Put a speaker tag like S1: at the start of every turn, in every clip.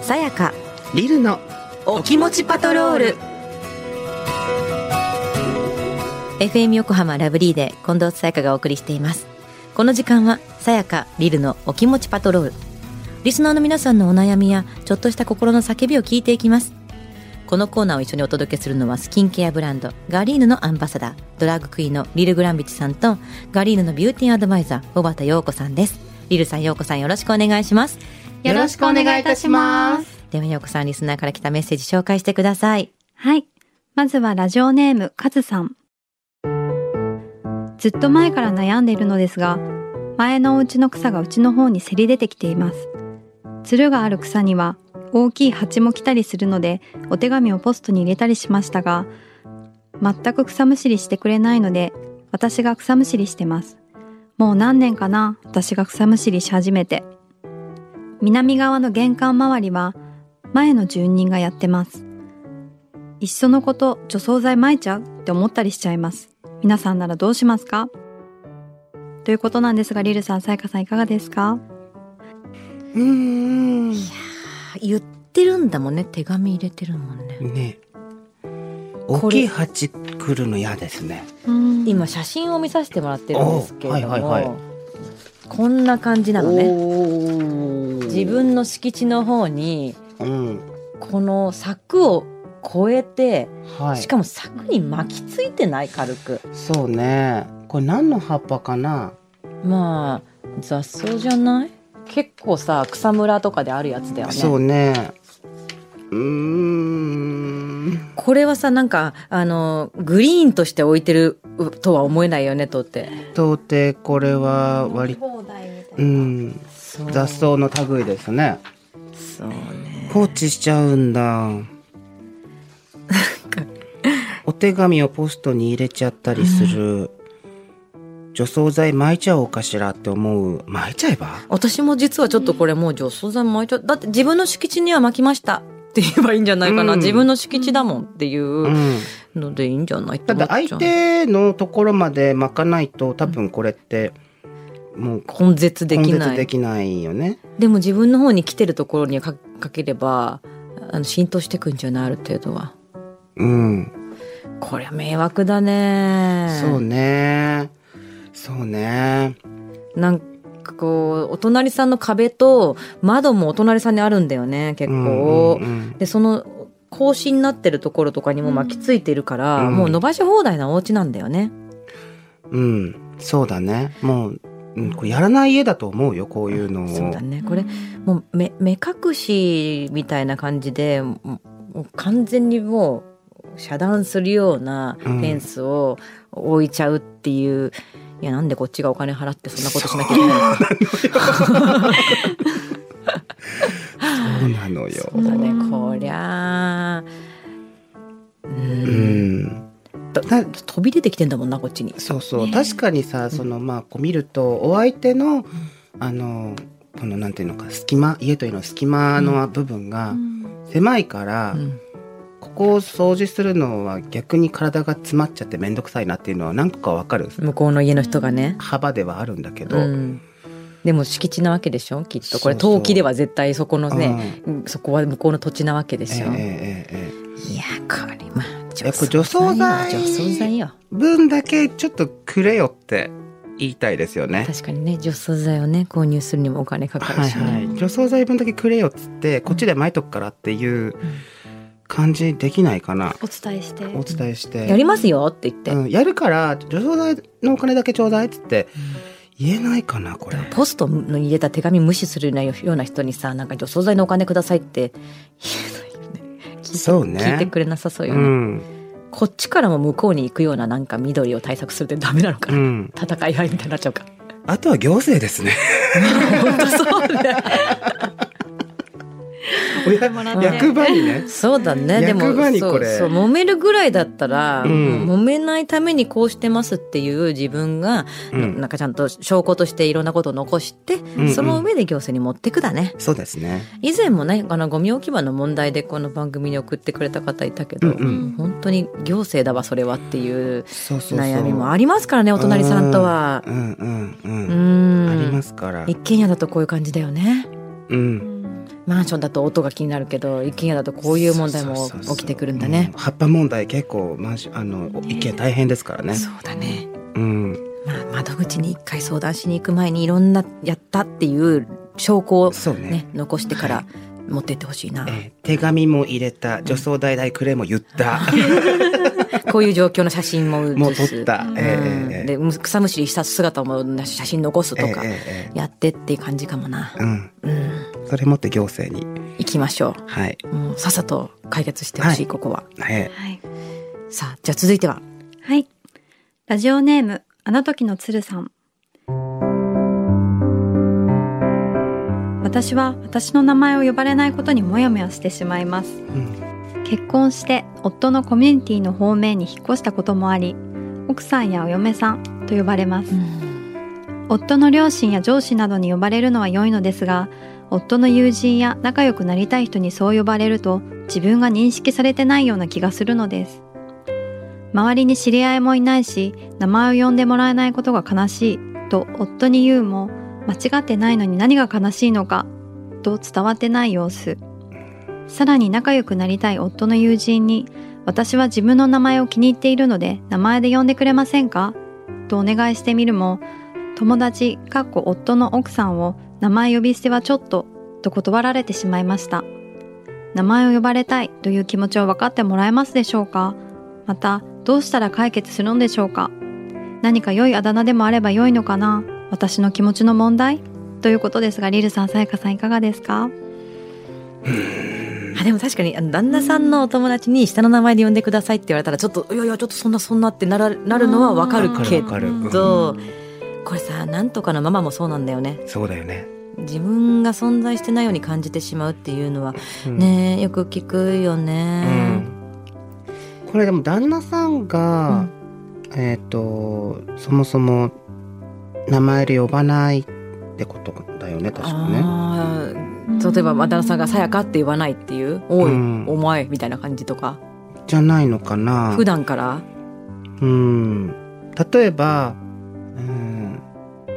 S1: さやか
S2: リルの
S1: お気持ちパトロール FM 横浜ラブリーで近藤さやかがお送りしていますこの時間はさやかリルのお気持ちパトロールリスナーの皆さんのお悩みやちょっとした心の叫びを聞いていきますこのコーナーを一緒にお届けするのはスキンケアブランドガリーヌのアンバサダードラッグクイーンのリル・グランビチさんとガリーヌのビューティーアドバイザー小畑陽子さんですリルさん陽子さんよろしくお願いします
S3: よろしくお願いいたします。
S1: では陽子さんリスナーから来たメッセージ紹介してください
S3: はい。まずはラジオネーム、カズさん。ずっと前から悩んでいるのですが、前のお家の草がうちの方にせり出てきています。つるがある草には大きい蜂も来たりするので、お手紙をポストに入れたりしましたが、全く草むしりしてくれないので、私が草むしりしてます。もう何年かな、私が草むしりし始めて。南側の玄関周りは、前の住人がやってます。いっそのこと除草剤撒いちゃうって思ったりしちゃいます皆さんならどうしますかということなんですがリルさんさやかさんいかがですか
S2: うーん
S1: 言ってるんだもんね手紙入れてるもんね
S2: ね
S1: こ
S2: 大
S1: れ
S2: きい鉢来るの嫌ですね
S1: 今写真を見させてもらってるんですけれども、
S2: おーはいはいはい
S1: こんな感じなのね
S2: おー
S1: 自分の敷地の方に
S2: うん
S1: この柵を越えて、
S2: はい
S1: しかも柵に巻きついてない軽く
S2: そうねこれ何の葉っぱかな
S1: まあ雑草じゃない結構さ草むらとかであるやつだよ
S2: そう
S1: ね
S2: ねうーん
S1: これはさなんかあのグリーンとして置いてるうとは思えないよねとって
S2: 到底これは割りうん
S1: そう
S2: 雑草の類ですね
S1: そうね
S2: 放置しちゃうんだ
S1: か
S2: お手紙をポストに入れちゃったりする、除草剤撒いちゃおうかしらって思う撒いちゃえば
S1: 私も実はちょっとこれもう除草剤巻いちゃだって自分の敷地には巻きましたって言えばいいんじゃないかな、
S2: うん
S1: 自分の敷地だもんっていううんのでいいんじゃないって
S2: だっ
S1: 思
S2: て
S1: っちゃう
S2: 相手のところまで巻かないと多分これってもう
S1: 根絶で
S2: 根
S1: きな
S2: 絶
S1: い
S2: できないよね
S1: でも自分の方に来てるところにかかければあの浸透してくんじゃないある程度は
S2: うん、
S1: こりゃ迷惑だね
S2: そうねそうね
S1: なんかこうお隣さんの壁と窓もお隣さんにあるんだよね結構、
S2: うんうん
S1: でその格子になってるところとかにも巻きついてるから、
S2: うん
S1: もう伸ばし放題なお家なんだよね
S2: うん、うんそうだねもう、うん、これやらない家だと思うよこういうのを
S1: そうだねこれもう目目隠しみたいな感じでもうもう完全にもう遮断するようなフ
S2: うん
S1: ェンスを置いちゃうっていう、いやなんでこっちがお金払ってそんなことしなきゃいけないのか
S2: そうなのよ
S1: そうだねこりゃあう
S2: うんん
S1: と飛び出てきてんだもんなこっちに
S2: そうそう、確かにさそのまあこう見るとお相手の、あのこのなんていうのか隙間家というのは隙間の部分が狭いから、
S1: うん
S2: ここを掃除するのは逆に体が詰まっちゃって面倒くさいなっていうのは何個かわかる
S1: 向こうの家の人がね、
S2: 幅ではあるんだけど、
S1: うん、でも敷地なわけでしょきっとこれ
S2: そうそう
S1: 陶器では絶対そこのね、そこは向こうの土地なわけで
S2: ええ
S1: しょ、
S2: ええええ
S1: いやこれまあ
S2: やこれ除草剤
S1: 除草剤よ
S2: 分だけちょっとくれよって言いたいですよね。
S1: 確かにね除草剤をね購入するにもお金かかる
S2: はい
S1: しね、
S2: はい、除草剤分だけくれよっつってこっちで巻いとくからっていう感じできないかな
S3: お伝えして
S2: お伝えして
S1: やりますよって言って、
S2: うん、やるから除草剤のお金だけちょうだいっつって言えないかなこれ
S1: ポストの入れた手紙無視するようなような人にさなんか除草剤のお金くださいって言えないよね聞いて
S2: そうね
S1: 聞いてくれなさそうよ
S2: う
S1: ね、
S2: ん
S1: こっちからも向こうに行くようななんか緑を対策するってダメなのか
S2: う
S1: な、
S2: ん
S1: 戦い合いみたいになっちゃうか
S2: あとは行政です ね
S1: 本当そうね
S2: 親
S1: って
S2: 役場にね
S1: そうだねでも
S2: 役場にこれ
S1: そうそう揉めるぐらいだったら、
S2: うん
S1: 揉めないためにこうしてますっていう自分が、
S2: うん
S1: なんかちゃんと証拠としていろんなことを残して、
S2: ん
S1: その上で行政に持ってくだね
S2: そうですね
S1: 以前もねあのゴミ置き場の問題でこの番組に送ってくれた方いたけど、
S2: うんうん
S1: 本当に行政だわそれはっていう
S2: そうそうそう
S1: 悩みもありますからねお隣さんとは。
S2: うんうんう、
S1: うんん
S2: ありますから
S1: 一軒家だとこういう感じだよね。
S2: うん
S1: マンションだと音が気になるけど一軒家だとこういう問題も
S2: そうそうそう
S1: 起きてくるんだね
S2: う。葉っぱ問題結構マンションあの一見大変ですからね。
S1: そうだね、
S2: うん。
S1: まあ、窓口に一回相談しに行く前にいろんなやったっていう証拠を、
S2: そう
S1: ね
S2: ね。
S1: 残してから持ってってほしいな、
S2: えー手紙も入れた、女装代々くれも 言った、
S1: こういう状況の写真も写す
S2: もう撮った
S1: う。ん
S2: えーえーえー
S1: で草むしりした姿も写真残すとか
S2: えーえーえ
S1: やってっていう感じかもな
S2: ー、うん。
S1: うん、
S2: それ持って行政に。
S1: 行きましょ
S2: はい。
S1: う、もうさっさと解決してほしい、
S2: はい
S1: ここは
S2: え
S3: はい。
S1: さあじゃあ続いては
S3: はい。ラジオネーム、あの時の鶴さん。私は私の名前を呼ばれないことにもやもやしてしまいます
S2: ー。うん
S3: 結婚して夫のコミュニティの方面に引っ越したこともあり、奥さんやお嫁さんと呼ばれます。夫の両親や上司などに呼ばれるのは良いのですが、夫の友人や仲良くなりたい人にそう呼ばれると自分が認識されてないような気がするのです。周りに知り合いもいないし、名前を呼んでもらえないことが悲しいと夫に言うも、間違ってないのに何が悲しいのかと伝わってない様子。さらに仲良くなりたい夫の友人に、私は自分の名前を気に入っているので名前で呼んでくれませんかとお願いしてみるも、友達かっこ夫の奥さんを名前呼び捨てはちょっとと断られてしまいました名前を呼ばれたいという気持ちを分かってもらえますでしょうかまたどうしたら解決するのでしょうか何か良いあだ名でもあれば良いのかな私の気持ちの問題ということですがリルさんさやかさんいかがですか
S1: あでも確かにあの旦那さんのお友達に下の名前で呼んでくださいって言われたらちょっといやいやちょっとそんなそんなってならなるのはわかる
S2: わか
S1: け
S2: るわかるうん
S1: どこれさなんとかのママもそうなんだよね
S2: そうだよね。
S1: 自分が存在してないように感じてしまうっていうのは
S2: うん
S1: ねよく聞くよ
S2: う
S1: ね、
S2: ん。これでも旦那さんが、えっ、と、そもそも名前で呼ばないってことだよね、確かね。
S1: あー例えばまあ旦那さんが「さやか」って言わないっていう「おい、
S2: うん
S1: お前」みたいな感じとか
S2: じゃないのかな。
S1: 普段から
S2: うん。例えば、うん、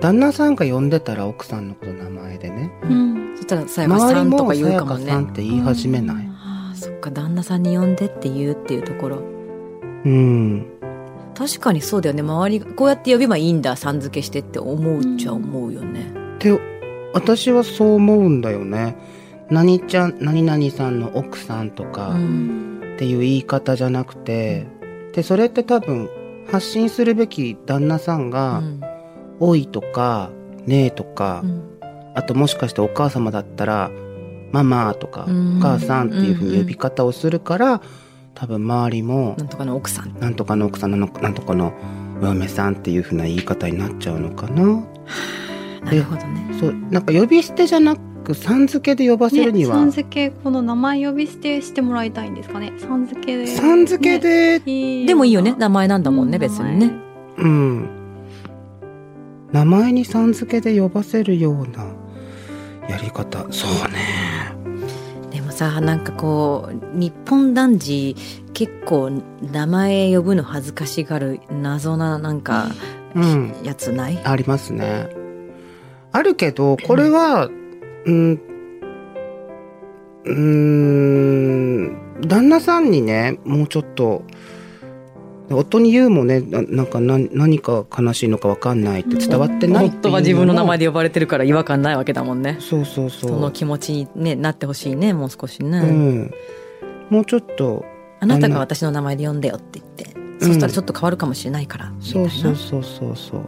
S2: 旦那さんが呼んでたら奥さんのこと名前でね、
S3: うん
S1: そしたら「さやか
S2: 周
S1: さ
S2: り
S1: ん」と
S2: も
S1: か
S2: さ
S1: 言う
S2: や
S1: かも
S2: か
S1: ね
S2: さんって言い始めない。
S1: あーそっか旦那さんに呼んでって言うっていうところ
S2: うん。
S1: 確かにそうだよね周りがこうやって呼べばいいんださん付けしてって思うっちゃ思うよね、
S2: で、私はそう思うんだよね。何ちゃん、何々さんの奥さんと
S1: う
S2: か、
S1: ん
S2: っていう言い方じゃなくて、でそれって多分発信するべき旦那さん
S1: う
S2: が
S1: ん
S2: 「おい」とか「ねえ」とか、
S1: うん
S2: あともしかしてお母様だったら「ママ」とか「
S1: うん
S2: お母さん」っていうふうに呼び方をするから、多分周りも
S1: なんとかの奥さん
S2: 「なんとかの奥さんなのなんとかのお嫁さん」っていうふうな言い方になっちゃうのかな。
S1: なるほどね
S2: そうなんか呼び捨てじゃなくさん付けで呼ばせるに
S3: ね、さ
S2: は、
S3: ん付けこの名前呼び捨てしてもらいたいんですかねさん付けで
S2: さん付けで
S3: で
S1: でもいいよね名前なんだもんね別にね
S2: うん。名前にさん付けで呼ばせるようなやり方。そうね。
S1: でもさなんかこう日本男児結構名前呼ぶの恥ずかしがる謎ななんか
S2: うん。
S1: やつない、
S2: ありますね。あるけど、これは、うん、うーん、旦那さんにね、もうちょっと、夫に言うもね、ななんか何何か悲しいのかわかんないって伝わってないって
S1: 夫
S2: いうも
S1: が自分の名前で呼ばれてるから違和感ないわけだもんね
S2: そうそうそう。
S1: その気持ちに、ね、なってほしいねもう少しね、
S2: うん。もうちょっと、
S1: あなたが私の名前で呼んでよって言って、そしたらちょっと変わるかもしれないから、みたい
S2: そう
S1: な
S2: そうそうそうそう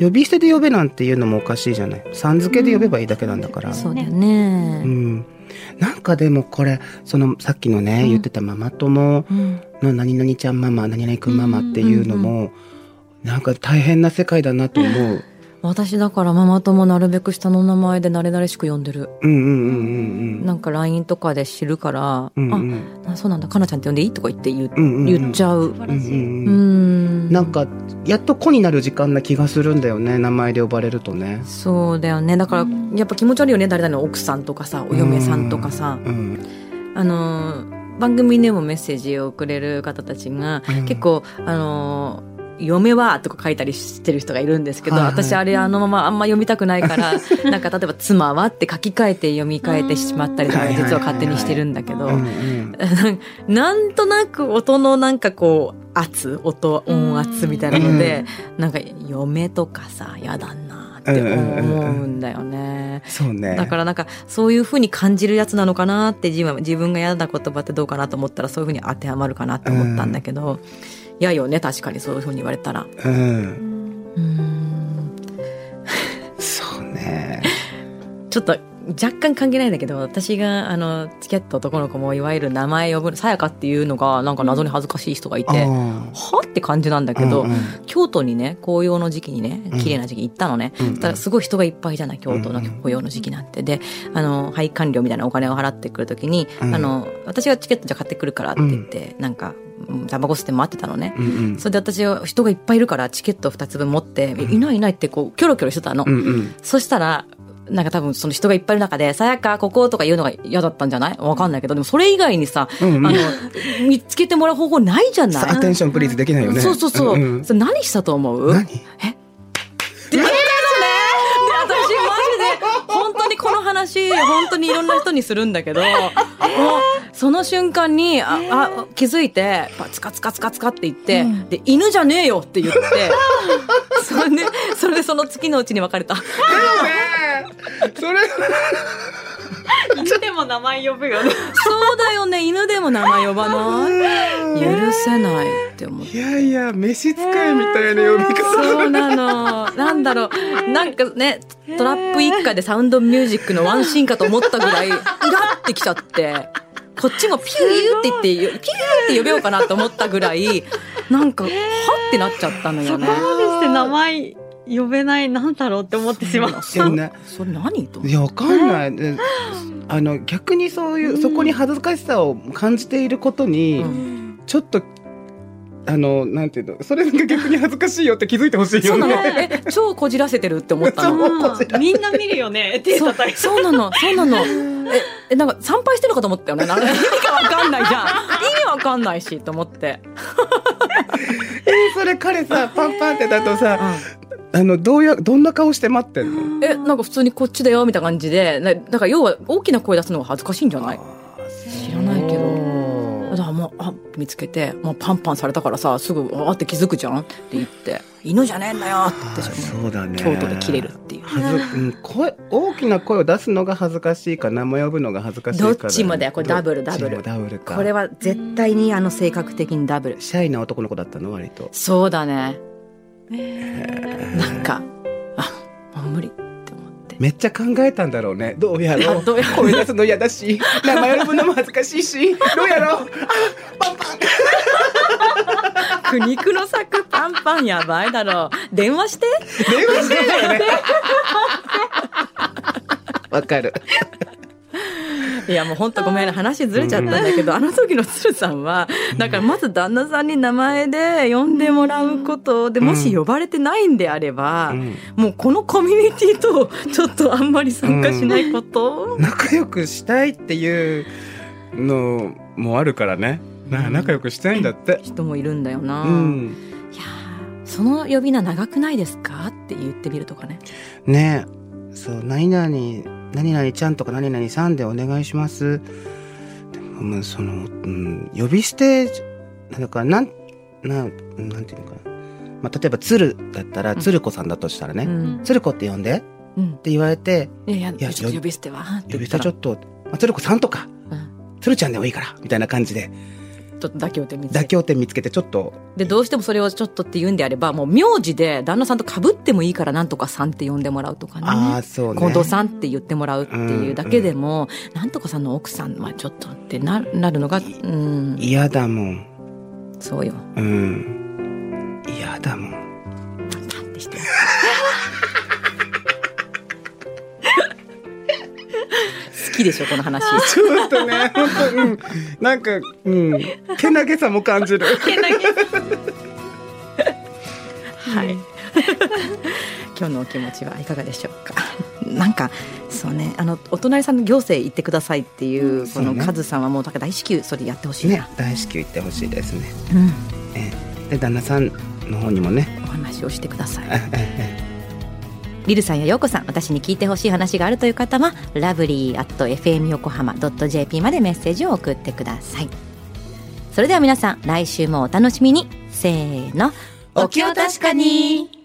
S2: 呼び捨てで呼べなんていうのもおかしいじゃないさん付けで呼べばいいだけなんだから
S1: そうだよね
S2: うん、なんかでもこれそのさっきのね、
S1: うん
S2: 言ってたママ友
S1: うん
S2: の何々ちゃんママ何々くんママっていうのも、なんか大変な世界だなと 思う
S1: 私だからママ友なるべく下の名前で慣れ慣れしく呼んでる
S2: うんうんうんうんうん
S1: なんか LINE とかで知るから、
S2: うんうん
S1: あそうなんだかなちゃんって呼んでいいとか言って言う
S2: うんうん
S1: 言っちゃう
S3: 素
S2: うん
S3: 晴
S2: う
S3: らしい、
S1: うんん
S2: うん
S1: ん
S2: なんかやっと子になる時間な気がするんだよね名前で呼ばれるとね、
S1: そうだよねだか
S3: う
S1: ら
S3: ん
S1: やっぱ気持ち悪いよね誰々の奥さんとかさお嫁さんとかさ、
S2: うん、
S1: あのー番組でもメッセージをくれる方たちが
S2: うん
S1: 結構あのー嫁は」とか書いたりしてる人がいるんですけど、
S2: はいはい
S1: 私あれあのままあんま読みたくない からなんか例えば「妻は」って書き換えて読み替えてしまったりとか
S2: はいはいはい
S1: 実は勝手にしてるんだけど、
S2: うんうん
S1: なんとなく音のなんかこう圧音音圧みたいなので、なんか「嫁」とかさ「やだな」って思うんだよね。
S2: そうね。
S1: だからなんかそういうふうに感じるやつなのかなって自分は自分が嫌な言葉ってどうかなと思ったらそういうふうに当てはまるかなって思ったんだけど、嫌よね確かにそういうふうに言われたら
S2: うん。
S1: うん
S2: そうね。
S1: ちょっと若干関係ないんだけど私があの付き合った男の子もいわゆる名前呼ぶさやかっていうのがなんか謎に恥ずかしい人がいて、
S2: あ
S1: は
S2: あ
S1: って感じなんだけど、
S2: うんうん
S1: 京都にね紅葉の時期にね
S2: うん
S1: 綺麗な時期行ったのね、
S2: うんうん
S1: そしたらすごい人がいっぱいじゃない京都の
S2: うんうん
S1: 紅葉の時期なんてであの配管料みたいなお金を払ってくる時に、
S2: うん
S1: あの私がチケットじゃ買ってくるからって言って、なんかうんタバコ吸って待ってたのね、
S2: うんうん
S1: それで私は人がいっぱいいるからチケット2つ分持って、
S2: ん
S1: いないいないってこうキョロキョロしてたの、
S2: うんうん
S1: そしたらなんか多分その人がいっぱいいる中で「さやかここ」とか言うのが嫌だったんじゃないわかんないけどでもそれ以外にさ、
S2: うんうん
S1: あの見つけてもらう方法ないじゃない
S2: さアテンションプリーズできないよね。
S1: そうそうそう。
S2: んん
S1: それ何したと思う
S2: 何
S1: って言うんですね。で、私マジで、本当にこの話、本当にいろんな人にするんだけど、もう、その瞬間に、あ、あ、気づいて、パツカツカツカツカって言って、
S3: うん
S1: で、犬じゃねえよって言って、それで、それでその月のうちに 別れた。
S2: でもねそれ
S4: 犬でも名前呼ぶよね。
S1: そうだよね、犬でも名前呼ばない。許せないって思って
S2: いやいや召使いみたいな呼び方
S1: そうなの。なんだろ う。なんかね、トラップ一家でサウンドミュージックのワンシーンかと思ったぐらい、うらってきちゃって、こっちもピューって言って、ピューって呼べようかなと思ったぐらい、なんか、はってなっちゃったのよ
S4: そこ
S1: ね。
S4: までして名前呼べないなんだろうって思ってしまう。
S2: でもね
S1: それ何と思っ
S2: い
S1: て。
S2: やわかんない。であの逆にそういうそこに恥ずかしさを感じていることに
S1: うん
S2: ちょっとあのなんていうのそれが逆に恥ずかしいよって気づいてほしい
S1: そ
S2: よ
S1: うなの。
S2: ね。
S1: え、超こじらせてるって思ったの。
S4: うん みんな見るよね。手
S1: そう
S4: 叩いて。
S1: そうなの、そうなの。え、えなんか参拝してるのかと思ったよね。なんか意味がわかんないじゃん。意味わかんないし、と思って。
S2: それ彼さパンパンってだとさ
S1: うん
S2: あのどうやどんな顔して待ってんの。
S1: え、なんか普通にこっちだよみたいな感じで、なだから要は大きな声出すのが恥ずかしいんじゃない知らないけど
S2: ど
S1: だからもう、あ、見つけて、もうパンパンされたからさ、すぐ、あーって気づくじゃんって言って、犬じゃねえんだよって言って
S2: あ
S1: し
S2: そうだね
S1: 京都で切れるっていう。
S2: はず、うん、声大きな声を出すのが恥ずかしいか名前呼ぶのが恥ずかしいか
S1: どっちもだよこれダブルダブル
S2: どっちもダブルか
S1: これは絶対にあの性格的にダブル。
S2: シャイな男の子だったの割と
S1: そうだね。
S4: え
S1: なんか、あ、もう無理って思って。
S2: めっちゃ考えたんだろうねどうやろ
S1: あどう
S2: う
S1: やろう
S2: 声出すの嫌だし名前呼ぶのも恥ずかしいしどうやろう
S1: 苦肉の策パンパンやばいだろう。電話し て
S2: 電話してんだよねわかる
S1: いやもう本当ごめん話ずれちゃったんだけど、あの時の鶴さんはだからまず旦那さんに名前で呼んでもらうことで
S2: うん
S1: もし呼ばれてないんであれば、
S2: うん
S1: もうこのコミュニティとちょっとあんまり参加しないこと、
S2: 仲良くしたいっていうのもあるからねな仲良くしたいんだって
S1: 人もいるんだよな、
S2: うん
S1: いやーその呼び名長くないですかって言ってみるとかね
S2: ねえそう何々何々ちゃんとか何々さんでお願いしますでももうその、うん、呼び捨てなんだからなんなんなんていうのかな、まあ、例えば鶴だったら
S1: ん
S2: 鶴子さんだとしたらね、
S1: うん
S2: 鶴子って呼んでっ
S1: うん
S2: て言われて
S1: いやいや
S2: いや
S1: ちょっと呼び捨てはって
S2: 呼
S1: 言
S2: び
S1: っ
S2: 捨
S1: た
S2: てちょ
S1: ら
S2: っと、まあ、鶴子さんとか、
S1: うん
S2: 鶴ちゃんでもいいからみたいな感じで
S1: ちょっと妥協点見つけ
S2: 妥
S1: て
S2: 協点見つけてちょっと
S1: でどうしてもそれをちょっとって言うんであればもう名字で旦那さんとかぶってもいいからなんとかさんって呼んでもらうとかね
S2: ああそうね
S1: 近藤さんって言ってもらうっていうだけでも、なんとかさんの奥さんはちょっとってななるのが、うん、
S2: 嫌だもん
S1: そうよ。
S2: うん嫌だもん
S1: パンパンって して。好きでしょこの 話。
S2: ちょっとね、本当、うん、なんか、うん、けなげさも感じる。
S1: はい。今日のお気持ちはいかがでしょうか。なんかそうねあのお隣さんの行政行ってくださいっていう、こ
S2: そ
S1: の
S2: うね
S1: カズさんはもうだから大至急それやってほしいな。
S2: ね、大至急言ってほしいですね。
S1: うん
S2: えで、旦那さんの方にもね
S1: お話をしてください
S2: ええ
S1: リルさんやヨーコさん私に聞いてほしい話があるという方はラブリー at fm 横浜 .jp までメッセージを送ってくださいそれでは皆さん来週もお楽しみにせーの
S3: お気を確かに